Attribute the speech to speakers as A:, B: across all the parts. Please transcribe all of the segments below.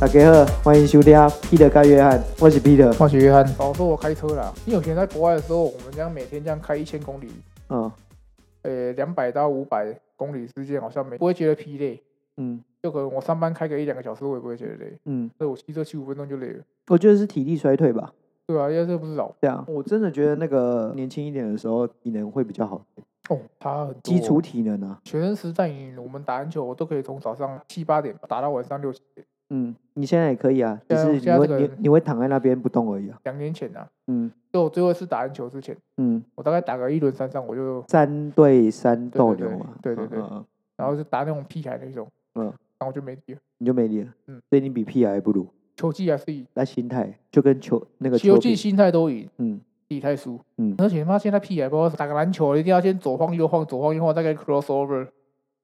A: 大家好，欢迎收听 Peter 盖约翰，我是 Peter。
B: 我是约翰。老说我开车啦，因为以前在国外的时候，我们这样每天这样开一千公里，
A: 嗯
B: 呃，两百到五百公里之间，好像没不会觉得疲累。
A: 嗯
B: 就可能我上班开个一两个小时，我也不会觉得累。
A: 嗯，
B: 所以我骑车骑五分钟就累了。
A: 我觉得是体力衰退吧。
B: 对啊，因为这不是老
A: 这样，我真的觉得那个年轻一点的时候体能会比较好，
B: 哦，差很多。
A: 基础体能啊。
B: 学生时代，我们打篮球，我都可以从早上七八点打到晚上六七点。
A: 嗯，你现在也可以啊，只
B: 对啊
A: 是
B: 我
A: 你
B: 现在
A: 会
B: 这个
A: 你你会躺在那边不动而已啊。
B: 两年前啊，
A: 嗯
B: 就我最后一次打篮球之前，
A: 嗯，
B: 我大概打个一轮三上，我就
A: 三对三
B: 对
A: 斗
B: 对
A: 牛嘛，
B: 对对
A: 嗯
B: 对
A: 嗯嗯
B: 然后就打那种屁孩那种，
A: 嗯
B: 然后我就没力了。
A: 你就没力了。
B: 嗯
A: 所以你比屁还不如。
B: 球技还啊是以
A: 那心态就跟球那个
B: 球
A: 球
B: 技、
A: 比，
B: 心态都赢。
A: 嗯
B: 比赛输。
A: 嗯
B: 而且妈现在屁孩，包括打个篮球一定要先左晃右晃，左晃右晃，再跟 crossover，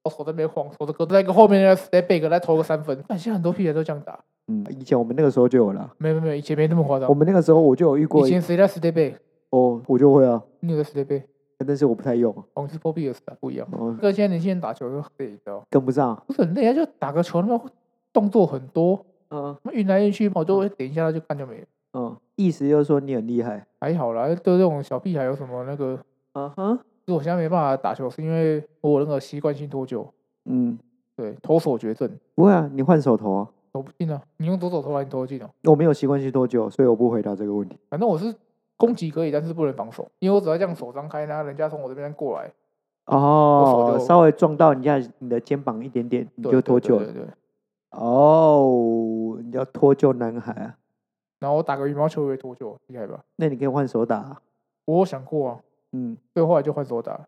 B: 我手在那边晃，手的搁在一个后面那 step back 再投个三分。哎但现在很多屁孩都这样打，
A: 嗯，以前我们那个时候就有了，
B: 没有没有没有，以前没那么夸张
A: 我。们那个时候我就有遇过
B: 以，前谁在 step back？
A: 哦，我就会啊，
B: 你有在 step back？
A: 但是我不太用，
B: 我们是 p o b 的时代不一样。
A: 哦，
B: 跟现在年轻人打球都很累，你知道吗，
A: 跟不上，
B: 不是很累，他啊就打个球，他妈动作很多，
A: 嗯
B: 他妈运来运去，我就会等一下他就看就没了。
A: 嗯，意思就是说你很厉害，
B: 还好啦，对这种小屁孩有什么那个？
A: 啊哈，
B: 其实我现在没办法打球，是因为我那个习惯性脱臼，
A: 嗯，
B: 对，投手绝症。
A: 不会啊，你换手头啊，
B: 投不进啊！你用左手投篮，你投得进哦。
A: 我没有习惯性多久，所以我不回答这个问题，
B: 反正我是攻击可以，但是不能防守，因为我只要这样手张开，然后人家从我这边过来，
A: 哦
B: 我手，就
A: 稍微撞到人家你的肩膀一点点，你
B: 对
A: 就脱
B: 对对
A: 臼了，
B: 对对。
A: 哦，你叫脱臼男孩啊，
B: 然后我打个羽毛球也会脱臼，厉害吧？
A: 那你可以换手打啊，
B: 我有想过啊，
A: 嗯，
B: 所以后来就换手打，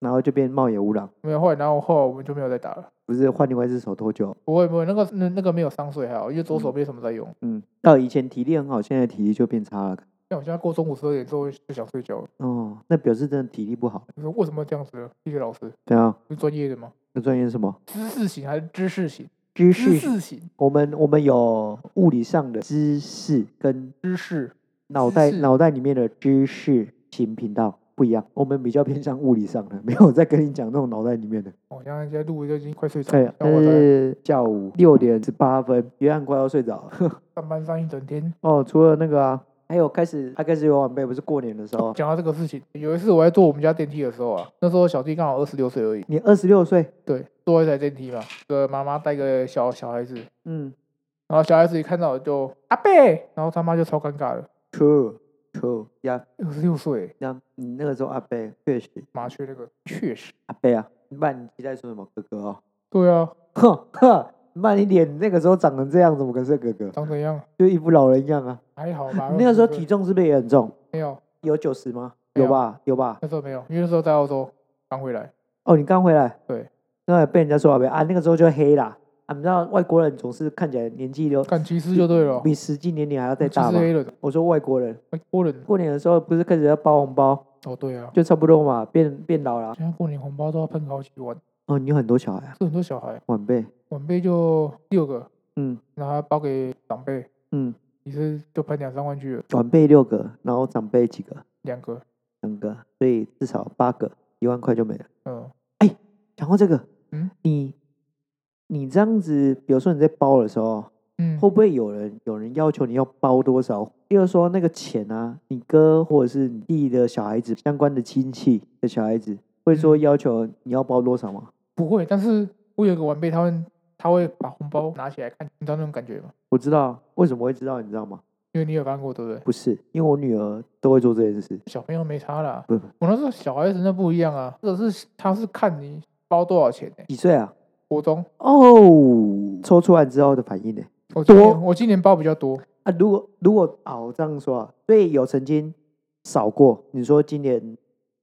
A: 然后就变茂野无郎，
B: 没有后来，然后后来我们就没有再打了。
A: 不是换另外一只手脱臼。
B: 不会不会，那个那那个没有伤水还好，因为左手没什么在用。
A: 嗯，到以前体力很好，现在体力就变差了。
B: 像我现在过中午十二点之后就想睡觉了。
A: 哦，那表示真的体力不好。
B: 你说为什么这样子呢？谢谢老师，
A: 对啊，
B: 是专业的吗？
A: 那专业什么？
B: 知识型还是知识型？
A: 知
B: 知
A: 识。
B: 识型，
A: 我们我们有物理上的知识跟
B: 知识。
A: 脑袋
B: 知识
A: 脑袋里面的知识型频道不一样，我们比较偏向物理上的，没有在跟你讲那种脑袋里面的。
B: 我哦现在现在录就已经快睡着
A: 对呃
B: 了，，像
A: 但
B: 我在
A: 是下午六点十八分，约翰快要睡着了。
B: 上班上一整天。
A: 哦，除了那个啊，哦还有开始他开始有晚辈，不是过年的 时候，
B: 讲到这个事情，有一次我在坐我们家电梯的时候啊，那时候小弟刚好二十六岁而已，
A: 你二十六岁，
B: 对，坐一台电梯嘛，个妈妈带个小小孩子，
A: 嗯
B: 然后小孩子一看到我就阿贝，然后他妈就超尴尬了，
A: ，true true 呀、
B: 二十六岁
A: 那你那个时候阿贝确实
B: 麻雀那个确实，
A: 阿贝啊，你把你期待说什么哥哥哦？
B: 对啊，
A: 哼哼，你把你脸那个时候长成这样，怎么可能是哥哥？
B: 长怎样
A: 就一副老人样啊！
B: 还好吧，
A: 你那个时候
B: 22岁
A: 体重是不是也很重？
B: 没有，
A: 有九十吗？
B: 没
A: 有
B: 有
A: 吧，有吧。
B: 那时候没有，因为那时候在澳洲刚回来，
A: 哦，你刚回来，
B: 对，
A: 那被人家说阿贝啊，那个时候就黑啦。啊，你知道外国人总是看起来年纪都
B: 干其实就对了，
A: 比实际年龄还要再
B: 其
A: 大
B: 实
A: 嘛。
B: 黑人，
A: 我说外国人
B: 外国人
A: 过年的时候不是开始要包红包，
B: 哦对啊，
A: 就差不多嘛，变变老了。
B: 现在过年红包都要喷好几万，
A: 哦，你有很多小孩啊，
B: 是很多小孩，
A: 晚辈，
B: 晚辈就六个，
A: 嗯
B: 然后包给长辈，
A: 嗯，
B: 你是就喷两三万去了。
A: 晚辈六个，然后长辈几个，
B: 两个，
A: 两个，所以至少八个，一万块就没了。
B: 嗯，
A: 讲到这个，
B: 嗯，
A: 你你这样子，比如说你在包的时候，
B: 嗯，
A: 会不会有人有人要求你要包多少？例如说那个钱啊，你哥或者是你弟的小孩子相关的亲戚的小孩子，会说要求你要包多少吗？
B: 不会，但是我有个晚辈，他们他会把红包拿起来看，你知道那种感觉吗？
A: 我知道为什么会知道，你知道吗？
B: 因为你有翻过，对不对？
A: 不是，因为我女儿都会做这件事。
B: 小朋友没差啦，
A: 不不，
B: 我那时候小孩子那不一样啊，这个是他是看你包多少钱呢、
A: 几岁啊？
B: 国中，
A: 哦，抽出来之后的反应呢、
B: 我今
A: 多
B: 年我今年包比较多，
A: 啊，如果如果啊，我这样说啊，所以有曾经少过，你说今年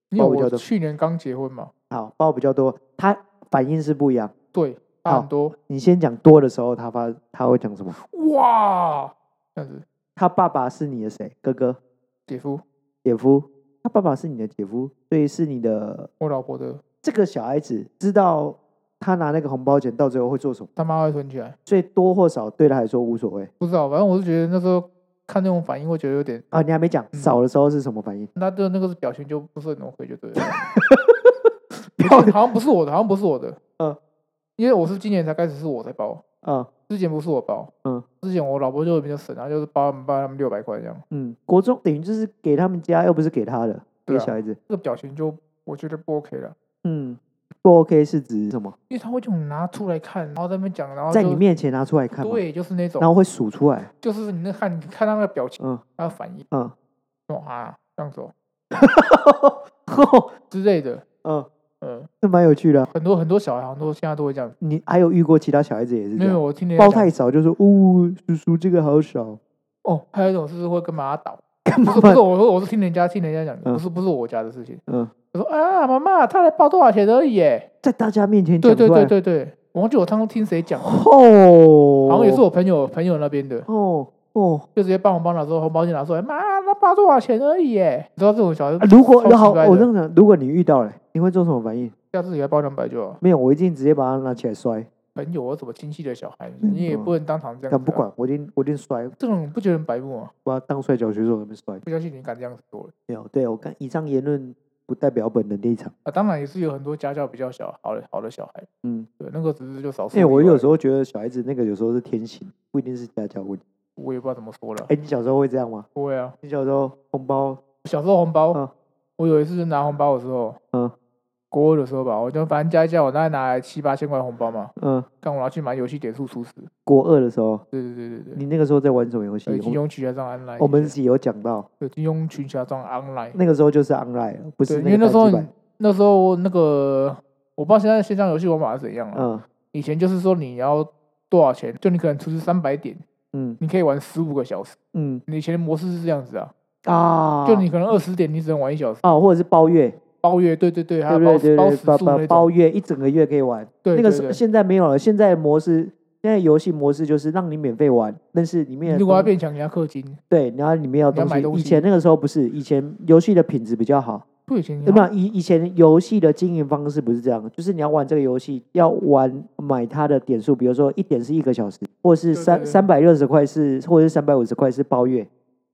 B: 因为
A: 包比较
B: 我
A: 多
B: 去年刚结婚嘛，
A: 好包比较多，他反应是不一样。
B: 对，
A: 好
B: 差很多，
A: 你先讲多的时候，他发他会讲什么？
B: 哇，这样子，
A: 他爸爸是你的谁？哥哥、
B: 姐夫，
A: 姐夫？他爸爸是你的姐夫，所以是你的
B: 我老婆的
A: 这个小孩子知道他拿那个红包钱到最后会做什么，
B: 他妈会存起来，
A: 所以多或少对他来说无所谓
B: 不知道，反正我是觉得那时候看那种反应，会觉得有点，
A: 啊。你还没讲
B: 嗯
A: 少的时候是什么反应？
B: 他的那个表情就不是很 OK 就 对了。
A: 不要
B: 好像不是我的，好像不是我的。
A: 嗯
B: 因为我是今年才开始是我在包，
A: 啊，
B: 之之前不是我包，
A: 嗯，
B: 之前我老婆就比较省，然后就是包他们包他们六百块这样，
A: 嗯，国中等于就是给他们家，又不是给他的，
B: 对
A: 给
B: 啊
A: 小孩子。
B: 这个表情就我觉得不 OK 了，
A: 嗯，不 OK 是指什么？
B: 因为他会这种拿出来看，然后在那边讲，然后
A: 在
B: 就
A: 你面前拿出来看吗，
B: 对，就是那种
A: 然，后会数出来。
B: 就是你那看你看他那个表情，
A: 嗯
B: 他的反应，
A: 嗯，
B: 说啊这样子哦
A: 嗯，
B: 之类的，嗯，
A: 这蛮有趣的啊。
B: 很多很多小孩很多现在都会这样，
A: 你还有遇过其他小孩子也是
B: 没
A: 这
B: 有
A: 样，
B: 我听人家
A: 包
B: 讲
A: 太少就说，呜、叔叔这个好少，
B: 哦，还有一种是会跟妈妈倒，
A: 干
B: 不
A: 嘛
B: 是不？是，我说我是听人家听人家讲的，
A: 嗯
B: 不是不是我家的事情，
A: 嗯，
B: 我说啊妈妈他才包多少钱而已耶，
A: 在大家面前
B: 对
A: 讲
B: 对
A: 出来
B: 对，对对，我忘记我刚刚听谁讲的，
A: 哦，
B: 好像也是我朋友朋友那边的，
A: 哦哦、
B: 就直接帮红包拿出来，红包就拿出来，妈，那包多少钱而已耶！你知道这种小孩
A: 啊，如果
B: 超
A: 有好，
B: 奇怪的
A: 我正常，如果你遇到了，你会做什么反应？
B: 下次给他包两百就好。
A: 没有，我一定直接把它拿起来摔，
B: 朋友或什么亲戚的小孩，
A: 嗯
B: 你也不能当场这样、啊。
A: 但不，管，我一定我一定摔，
B: 这种不觉得很白目吗？啊
A: 把它当摔跤选手那边摔。
B: 不相信你敢这样子做
A: 没有，对我刚以上言论不代表本人立场。
B: 啊！当然也是有很多家教比较小好的好的小孩，
A: 嗯，
B: 对，那个只是就少数
A: 因
B: 例
A: 为
B: 外。
A: 哎我有时候觉得小孩子那个有时候是天性，不一定是家教问 题。
B: 我也不知道怎么说了
A: 哎、，你小时候会这样吗？
B: 不会啊。
A: 你小时候红包
B: 小时候红包，
A: 嗯
B: 我有一次拿红包的时候，
A: 嗯，
B: 国二的时候吧，我就反正加一加，我大概拿来七八千块红包嘛，
A: 嗯，
B: 刚我拿去买游戏点数初始。
A: 国二的时候，
B: 对对对对对。
A: 你那个时候在玩什么游戏？
B: 呃，金
A: 我们
B: 庸群侠传 online，
A: 我们有讲到，
B: 对金庸群侠传 online，
A: 那个时候就是 online，了不
B: 对，
A: 是
B: 因为那
A: 个
B: 时候
A: 单机
B: 你
A: 版。
B: 那时候那个我不知道现在线上游戏玩法是怎样了、
A: 嗯
B: 以前就是说你要多少钱，就你可能出资三百点，
A: 嗯
B: 你可以玩十五个小时。
A: 嗯
B: 你以前的模式是这样子啊，
A: 啊，
B: 就你可能二十点你只能玩一小时，
A: 啊，或者是包月，
B: 包月，对对对，还
A: 对不
B: 有包
A: 对？对
B: 包
A: 对
B: 时
A: 对，包
B: 速那
A: 包
B: 种，
A: 包月一整个月可以玩。
B: 对
A: 那
B: 对
A: 个时候
B: 对。
A: 现在没有了，现在的模式。现在游戏模式就是让你免费玩，但是里面的
B: 如果要
A: 东
B: 变强，你要氪金。
A: 对，然后里面有
B: 你要
A: 东
B: 买东
A: 西。以
B: 西
A: 前那个时候不是，以前游戏的品质比较好，
B: 不，以前你
A: 对
B: 好
A: 吧？以以前游戏的经营方式不是这样，就是你要玩这个游戏，要玩买它的点数，比如说一点是一个小时，或是
B: 对对
A: 三
B: 对
A: 三百六十块是，或者是三百五十块是包月，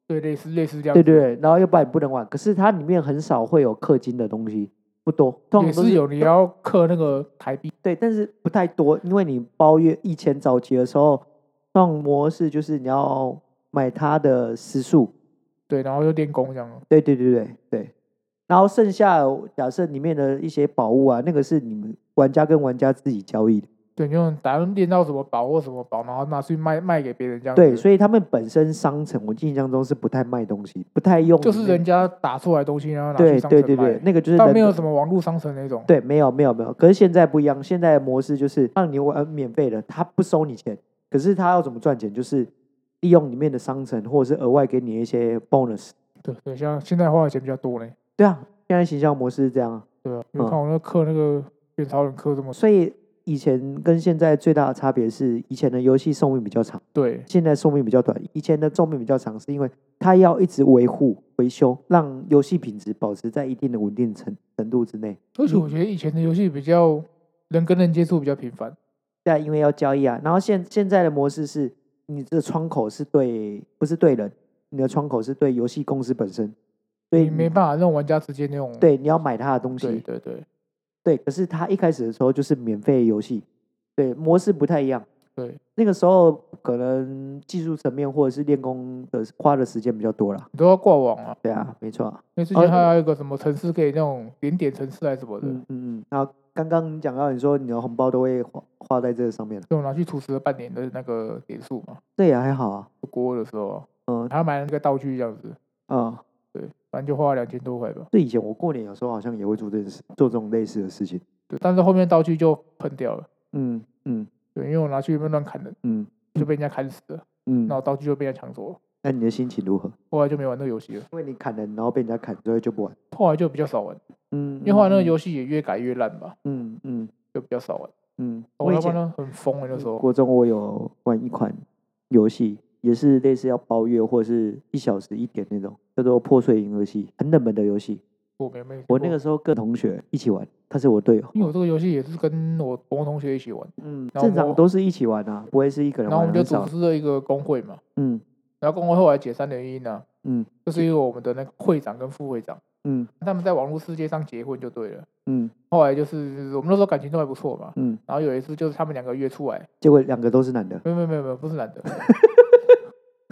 B: 对类似类似这样
A: 对
B: 子，
A: 对对，然后要不然你不能玩。可是它里面很少会有氪金的东西，不多，通
B: 也
A: 常都
B: 是有你要氪那个台币。
A: 对，但是不太多，因为你包月以前早期的时候，那种模式就是你要买它的时数，
B: 对，然后就练功这样。啊
A: 对对对对对。然后剩下假设里面的一些宝物啊，那个是你们玩家跟玩家自己交易的，
B: 对，你就打算练到什么宝或什么宝，然后拿去卖卖给别人这样子。
A: 对，所以他们本身商城，我印象中是不太卖东西，不太用，
B: 就是人。家打出来的东西，然后拿去
A: 对
B: 商
A: 对
B: 城
A: 对对
B: 卖，，
A: 那个就是
B: 但
A: 人
B: 没有什么网络商城那种。
A: 对，没有没有没有。可是现在不一样，现在的模式就是让你玩免费的，他不收你钱，可是他要怎么赚钱，就是利用里面的商城，或者是额外给你一些 bonus。
B: 对对，像现在花的钱比较多呢。
A: 对啊，现在行销模式是这样啊。
B: 对啊，
A: 嗯
B: 你看我那刻那个元朝人刻这么
A: 所以以前跟现在最大的差别是，以前的游戏寿命比较长，
B: 对，
A: 现在寿命比较短。以前的寿命比较长，是因为它要一直维护、维修，让游戏品质保持在一定的稳定程程度之内。
B: 而且我觉得以前的游戏比较人跟人接触比较频繁，
A: 对啊，因为要交易啊。然后现现在的模式是，你的窗口是对，不是对人，你的窗口是对游戏公司本身，所以
B: 你没办法让玩家直接那种。
A: 对你要买它的东西，
B: 对对对
A: 对可是它一开始的时候就是免费游戏，对，模式不太一样。
B: 对，
A: 那个时候可能技术层面或者是练功的花的时间比较多啦。
B: 你都要挂网啊。
A: 对啊，没错啊、
B: 因为之前还有一个什么城市可以那种点点城市还是什么的，
A: 嗯嗯嗯。然后刚刚你讲到，你说你的红包都会花花在这个上面了，
B: 就拿去储值了半年的那个点数嘛，
A: 这也还好啊。
B: 就国二的时候啊，
A: 嗯
B: 还要买那个道具这样子，
A: 嗯，
B: 对，反正就花了两千多块吧。
A: 对，以前我过年有时候好像也会做这件事，做这种类似的事情。
B: 对，但是后面道具就喷掉了，
A: 嗯嗯
B: 对，因为我拿去那边乱砍人，
A: 嗯
B: 就被人家砍死了，
A: 嗯
B: 然，后道具就被人家抢走了，
A: 那你的心情如何？
B: 后来就没玩那个游戏了，
A: 因为你砍人，然后被人家砍，所以就不玩。
B: 后来就比较少玩，
A: 嗯，
B: 因为后来那个
A: 嗯，
B: 游戏也越改越烂吧，
A: 嗯嗯
B: 就比较少玩。
A: 嗯，
B: 我
A: 我以
B: 要不
A: 前
B: 然很疯欸那时候，
A: 国中我有玩一款游戏，也是类似要包月或者是一小时一点那种，叫做破碎银河系，很冷门的游戏。
B: 我没没
A: 我那个时候跟同学一起玩，他是我队友。
B: 因为我这个游戏也是跟我国同学一起玩，
A: 嗯，
B: 然后
A: 正常
B: 我
A: 都是一起玩啊，不会是一个人
B: 然后我
A: 玩
B: 们
A: 很
B: 就
A: 少
B: 组。织了一个工会嘛，
A: 嗯
B: 然后工会后来解散的原因呢，
A: 嗯
B: 就是因为我们的那个会长跟副会长
A: 嗯
B: 他们在网络世界上结婚就对了。
A: 嗯
B: 后来就是我们那时候感情都还不错嘛，
A: 嗯，
B: 然后有一次就是他们两个约出来，
A: 结果两个都是男的，
B: 没有没有没有没有，不是男的，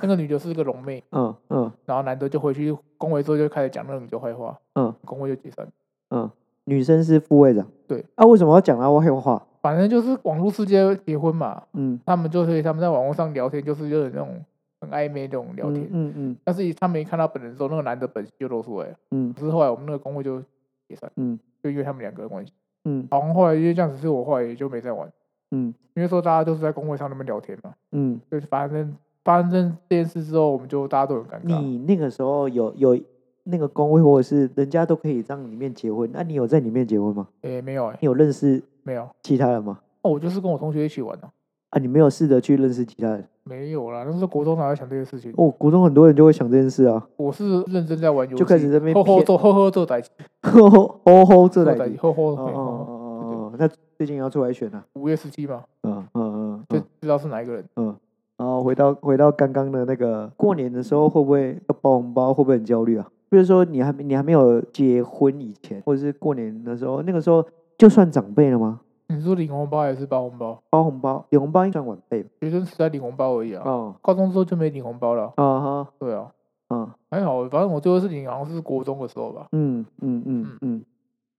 B: 那个女的是个龙妹，
A: 嗯嗯
B: 然后男的就回去恭维之后就开始讲那个女的坏话，
A: 嗯，
B: 恭维就解散。
A: 嗯，女生是副会长，
B: 对，
A: 啊，为什么要讲她坏话？
B: 反正就是网络世界结婚嘛，
A: 嗯，
B: 他们就是他们在网络上聊天，就是有点那种很暧昧那种聊天
A: 嗯。嗯嗯
B: 但是他们一看到本人之后，那个男的本性就露出来了。
A: 嗯
B: 可是后来我们那个工会就解散，
A: 嗯，
B: 就因为他们两个的关系。
A: 嗯
B: 好像后来因为这样子，所以我后来也就没再玩，
A: 嗯
B: 因为说大家都是在工会上那边聊天嘛，
A: 嗯，
B: 就是反正发生这件事之后，我们就大家都很尴尬。
A: 嗯你那个时候有有那个工会或者是人家都可以让里面结婚，啊那、你有在里面结婚吗？
B: 诶、没有诶、
A: 你有认识
B: 没有。
A: 其他人吗？
B: 哦，我就是跟我同学一起玩的、
A: 啊，你没有试着去认识其他人？
B: 没有啦。那时候国中哪在想这些事情？
A: 哦，国中很多人就会想这件事啊，
B: 我是认真在玩游戏，
A: 就开始在那边
B: 呵呵
A: 骗，
B: 做呵呵做代，
A: 吼吼吼吼，这
B: 做
A: 来
B: 代，
A: 哦
B: 呵呵
A: 哦
B: 嘿。
A: 哦哦哦，那最近要出来选啊，
B: 五月十七嘛，
A: 嗯嗯嗯，
B: 就
A: 嗯
B: 知道是哪一个人。
A: 然后回到回到刚刚的那个过年的时候，会不会要包红包？会不会很焦虑啊？比如说你还没你还没有结婚以前，或者是过年的时候，那个时候就算长辈了吗？
B: 你说领红包还是包红包？
A: 包红包，领红包应该算晚辈吧？
B: 学生时代领红包而已啊。
A: 哦，
B: 高中之后就没领红包了。
A: 啊哈，
B: 对啊，
A: 嗯
B: 还好，反正我最后是领，好像是国中的时候吧。
A: 嗯嗯嗯嗯，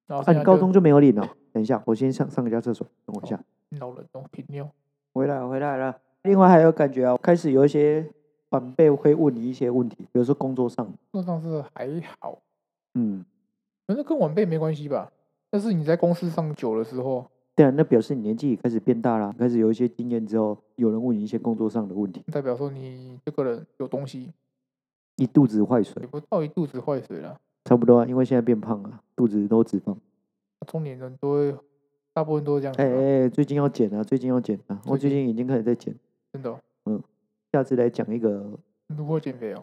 B: 然后
A: 啊，
B: 剩下
A: 你
B: 就
A: 高中就没有领了？等一下，我先上上个家厕所，等我一下。
B: 老人用平尿，
A: 回来回来了。另外还有感觉啊，开始有一些晚辈会问你一些问题，比如说工作上，
B: 那上是还好，
A: 嗯，
B: 反正跟晚辈没关系吧。但是你在公司上久的时候，
A: 对啊，那表示你年纪也开始变大了，开始有一些经验之后，有人问你一些工作上的问题。
B: 代表说你这个人有东西，
A: 一肚子坏水，
B: 也不到一肚子坏水了。
A: 差不多啊，因为现在变胖了，肚子都脂肪。
B: 啊中年人都会，大部分都是这样子
A: 哎
B: 吧，
A: 哎、哎最近要减啊，最近要减啊，我最
B: 最近
A: 近已经开始在减，
B: 真的哦。
A: 下次来讲一个
B: 如何减肥哦？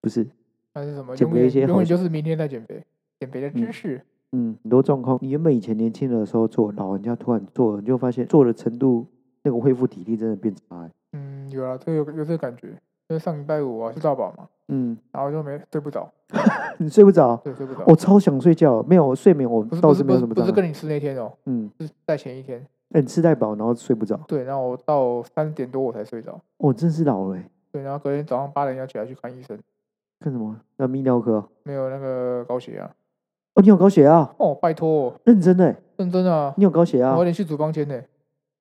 A: 不是，
B: 还是什么？
A: 减
B: 永
A: 肥
B: 远
A: 一些
B: 永
A: 好
B: 远就是明天再减肥，减肥的知
A: 嗯
B: 识。
A: 嗯，很多状况，你原本以前年轻的时候做，老人家突然做，你就发现做的程度，那个恢复体力真的变差、欸。
B: 嗯，有啊，这个有有这个感觉。因为上礼拜五啊去大宝嘛，
A: 嗯，
B: 然后就没睡不着，
A: 你嗯 睡不着，
B: 对，睡不着。
A: 我超想睡觉，没有我睡眠，我
B: 不是
A: 哦倒
B: 不
A: 是
B: 是
A: 没
B: 不
A: 有
B: 是
A: 什么
B: 不
A: 障
B: 是
A: 碍。
B: 跟你吃那天哦，
A: 嗯，
B: 是在前一天。
A: 哎、你吃太饱，然后睡不着，
B: 对，然后我到三点多我才睡着。
A: 我、真是老了、欸。
B: 对，然后隔天早上八点要起来去看医生，
A: 干什么？要泌尿科哦？
B: 没有那个高血压。
A: 哦，你有高血压？
B: 哦，拜托，
A: 认真的、欸，
B: 认真啊，
A: 你有高血压
B: 我？连续处方签呢。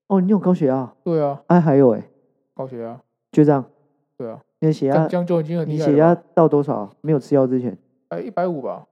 A: 哦，你有高血压？
B: 对啊，
A: 哎、还有哎、
B: 高血压，
A: 就这样。
B: 对啊，
A: 你的血
B: 这
A: 压
B: 样这样就已经很
A: 你
B: 厉害
A: 血
B: 了吧。
A: 压到多少？没有吃药之前？
B: 哎，一百五吧？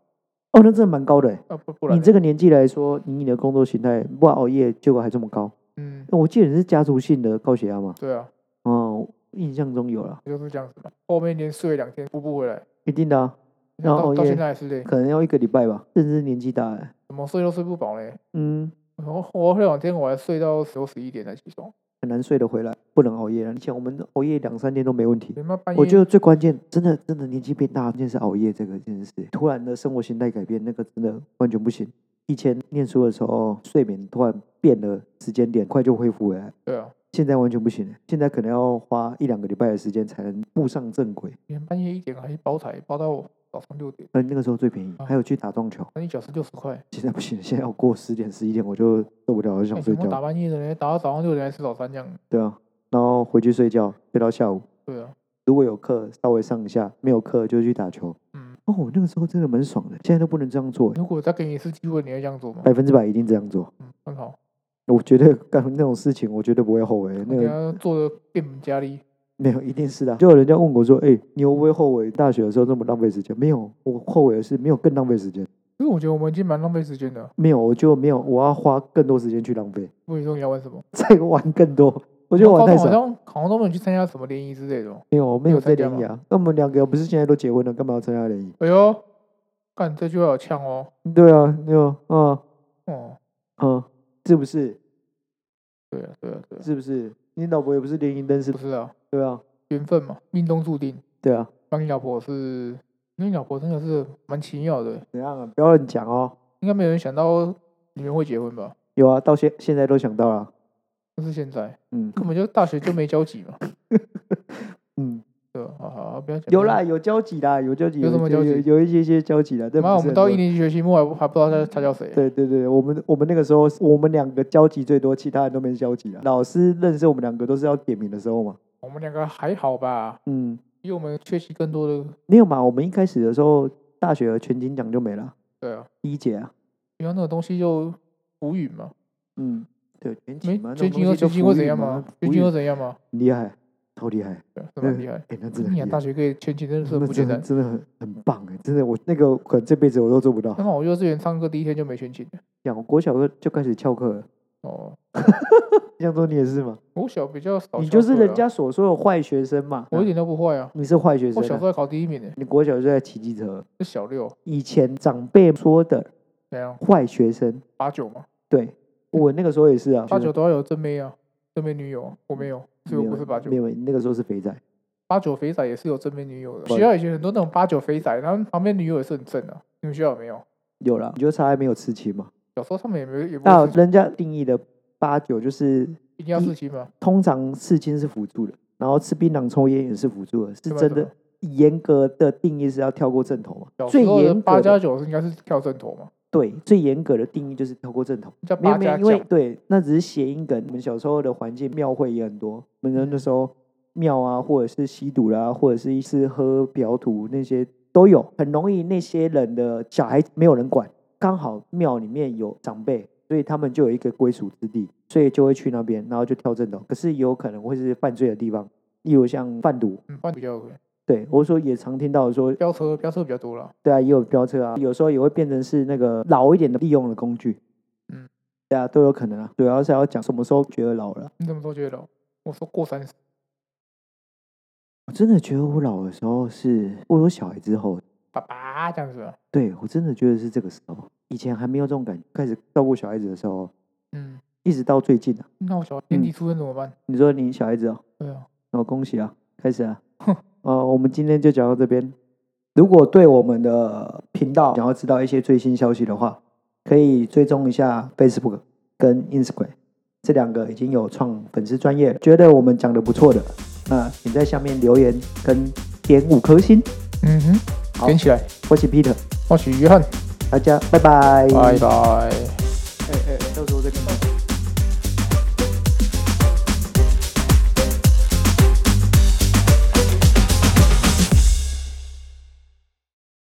A: 哦，那真的蛮高的欸。
B: 啊不不然
A: 你
B: 呢，
A: 这个年纪来说，你你的工作形态不熬夜，结果还这么高。
B: 嗯，
A: 我记得你是家族性的高血压嘛？
B: 对啊，
A: 哦，印象中有了，
B: 就是这样子嘛。后面连睡了两天，补不回来，
A: 一定的、啊，然
B: 到
A: 后
B: 到
A: 也
B: 现在还是累，
A: 可能要一个礼拜吧，甚至年纪大了。
B: 怎么睡都睡不饱嘞。
A: 嗯，
B: 然后我后两天我还睡到十十一点才起床，
A: 很难睡得回来，不能熬夜了。以前我们熬夜两三天都没问题。
B: 你妈半夜
A: 我觉得最关键，真的真的年纪变大，关键是熬夜这个真的是突然的生活形态改变，那个真的完全不行。以前念书的时候，睡眠突然变了时间点，快就恢复回来。
B: 对啊，
A: 现在完全不行了，现在可能要花一两个礼拜的时间才能步上正轨。
B: 你半夜一点还包台，包到我早上六点，
A: 而那个时候最便宜，
B: 啊
A: 还有去打撞球。
B: 那一小时六十块。
A: 现在不行，现在要过十点十一点我就受不了，我就
B: 哎
A: 想睡
B: 怎么打
A: 觉。
B: 半夜的嘞？打到早上六点才吃早餐这样？
A: 对啊，然后回去睡觉，睡到下午。
B: 对啊，
A: 如果有课稍微上一下，没有课就去打球。
B: 嗯，
A: 哦，那个时候真的蛮爽的，现在都不能这样做，
B: 如果再给你一次机会，你会这样做吗？
A: 百分之百一定这样做。
B: 嗯，很好，
A: 我绝对干那种事情，我绝对不会后悔。那
B: 人
A: 个
B: 家做的变本加厉，
A: 没有，一定是的啊。就有人家问我说：“哎、你会不会后悔大学的时候这么浪费时间？”没有，我后悔的是没有更浪费时间。
B: 因为我觉得我们已经蛮浪费时间的。
A: 没有，我就没有，我要花更多时间去浪费，
B: 不你说你要玩什么？
A: 再玩更多。我觉得
B: 我
A: 玩
B: 高
A: 太
B: 中好
A: 少，
B: 像好像都没有去参加什么联谊之类的哦。
A: 没有，我没
B: 你
A: 有
B: 有
A: 在
B: 参加
A: 联谊啊。那我们两个不是现在都结婚了，干嘛要参加联谊？
B: 哎呦，干这句话有呛哦。
A: 对啊，没有，嗯
B: 哦，
A: 嗯，是不是？
B: 对啊，对啊，对啊，
A: 是不是？你老婆也不是联谊灯是
B: 不？是啊，
A: 对啊，
B: 缘分嘛，命中注定。
A: 对啊，
B: 当你老婆是，因为老婆真的是蛮奇妙的，
A: 怎样啊？不要乱讲哦。
B: 应该没有人想到你们会结婚吧？
A: 有啊，到现现在都想到了，
B: 但是现在
A: 嗯
B: 根本就大学就没交集嘛。
A: 嗯，
B: 对啊吧？好好，好不要讲
A: 有，啦，有交集啦，有交集，
B: 有什么交集
A: 有有一些些交集啦。
B: 不
A: 但
B: 要讲
A: 不
B: 妈，我
A: 是
B: 们
A: 很
B: 到
A: 多嗯
B: 一年级学期末还不还不知道他他叫谁，啊
A: 对对对，我们我们那个时候，我们两个交集最多，其他人都没交集啊。老师认识我们两个都是要点名的时候嘛。
B: 我们两个还好吧？
A: 嗯，
B: 比我们缺席更多的，
A: 没有嘛，我们一开始的时候，大学的全勤奖就没了，
B: 对啊，
A: 第一节啊。
B: 因为那个东西就浮云嘛，
A: 嗯，对，全
B: 没
A: 勤嘛，
B: 缺席会缺席会怎样嘛
A: 嘛？？
B: 缺
A: 福
B: 席
A: 运
B: 会
A: 很
B: 怎样嘛？
A: 厉害，超厉害，
B: 对，是蛮厉害。
A: 哎，那真的
B: 你
A: 很厉
B: 想大
A: 害。
B: 学可以全勤真的是
A: 那
B: 不简
A: 真的
B: 单。
A: 真的很很棒哎，真的我那个可能这辈子我都做不到
B: 刚。好我幼稚园上课第一天就没全勤了
A: 讲国小课就开始翘课了，
B: 哦，
A: 像说你也是吗？
B: 我小比较少，
A: 你就是人，家所说的坏学生嘛。
B: 我一点都不坏啊，
A: 你是坏学
B: 我
A: 生
B: 小时
A: 啊，
B: 候还考第一名呢，
A: 你国小就在骑机车。
B: 是小六，
A: 以前长辈说的
B: 怎样？
A: 坏学生，
B: 八九嘛，
A: 对我那个时候也是啊，
B: 八九都要有正妹啊，正妹女友啊，我没有，所以我不是八九
A: 没。有，没有那个时候是肥仔，
B: 八九肥仔也是有正面女友的，
A: 对
B: 学校以前很多那种八九肥仔，他们旁边女友也是很正的、啊你们学校有没有？
A: 有了，你就差还没有刺青嘛？
B: 小时候他们也没有，也不
A: 那
B: 会刺
A: 人家定义的八九就是
B: 一定要刺青嘛，
A: 通常刺青是辅助的，然后吃槟榔抽烟也是辅助的，是
B: 对吧
A: 真
B: 对
A: 的
B: 吧。
A: 严格的定义是要跳过正头嘛？
B: 小
A: 最
B: 时候的
A: 严
B: 八
A: 格
B: 加
A: 的
B: 九是应该是跳正头嘛，
A: 对最严格的定义就是跳过正头。
B: 叫
A: 没有
B: 八
A: 没有，
B: 加
A: 因为
B: 九。
A: 对，那只是谐音梗。我们小时候的环境，庙会也很多。我们那时候庙啊，或者是吸毒啦、或者是一次喝嫖赌那些都有，很容易那些人的小孩没有人管，刚好庙里面有长辈，所以他们就有一个归属之地，所以就会去那边，然后就跳正头。可是也有可能会是犯罪的地方，例如像贩毒。
B: 嗯，换比较有
A: 对，我说也常听到说，
B: 飙车，飙车比较多了。
A: 对啊，也有飙车啊，有时候也会变成是那个老一点的利用的工具。
B: 嗯，
A: 对啊，都有可能啊。主要是要讲什么时候觉得老了。
B: 你怎么都觉得老？我说过三十，
A: 我真的觉得我老的时候是我有小孩之后，
B: 爸爸这样子啊。
A: 对我真的觉得是这个时候。以前还没有这种感觉，开始照顾小孩子的时候，
B: 嗯，
A: 一直到最近啊。
B: 那我小孩年底出生怎么办？
A: 你说你小孩子哦，
B: 对啊，
A: 哦，恭喜啊，开始啊。 呃，我们今天就讲到这边。如果对我们的频道想要知道一些最新消息的话，可以追踪一下 Facebook 跟 Instagram 这两个已经有创粉丝专业了。觉得我们讲的不错的，那请在下面留言跟点五颗星。
B: 嗯哼，
A: 好
B: 捡起来。
A: 我是 Peter，
B: 我是约翰，
A: 大家拜拜。哎
B: 拜拜。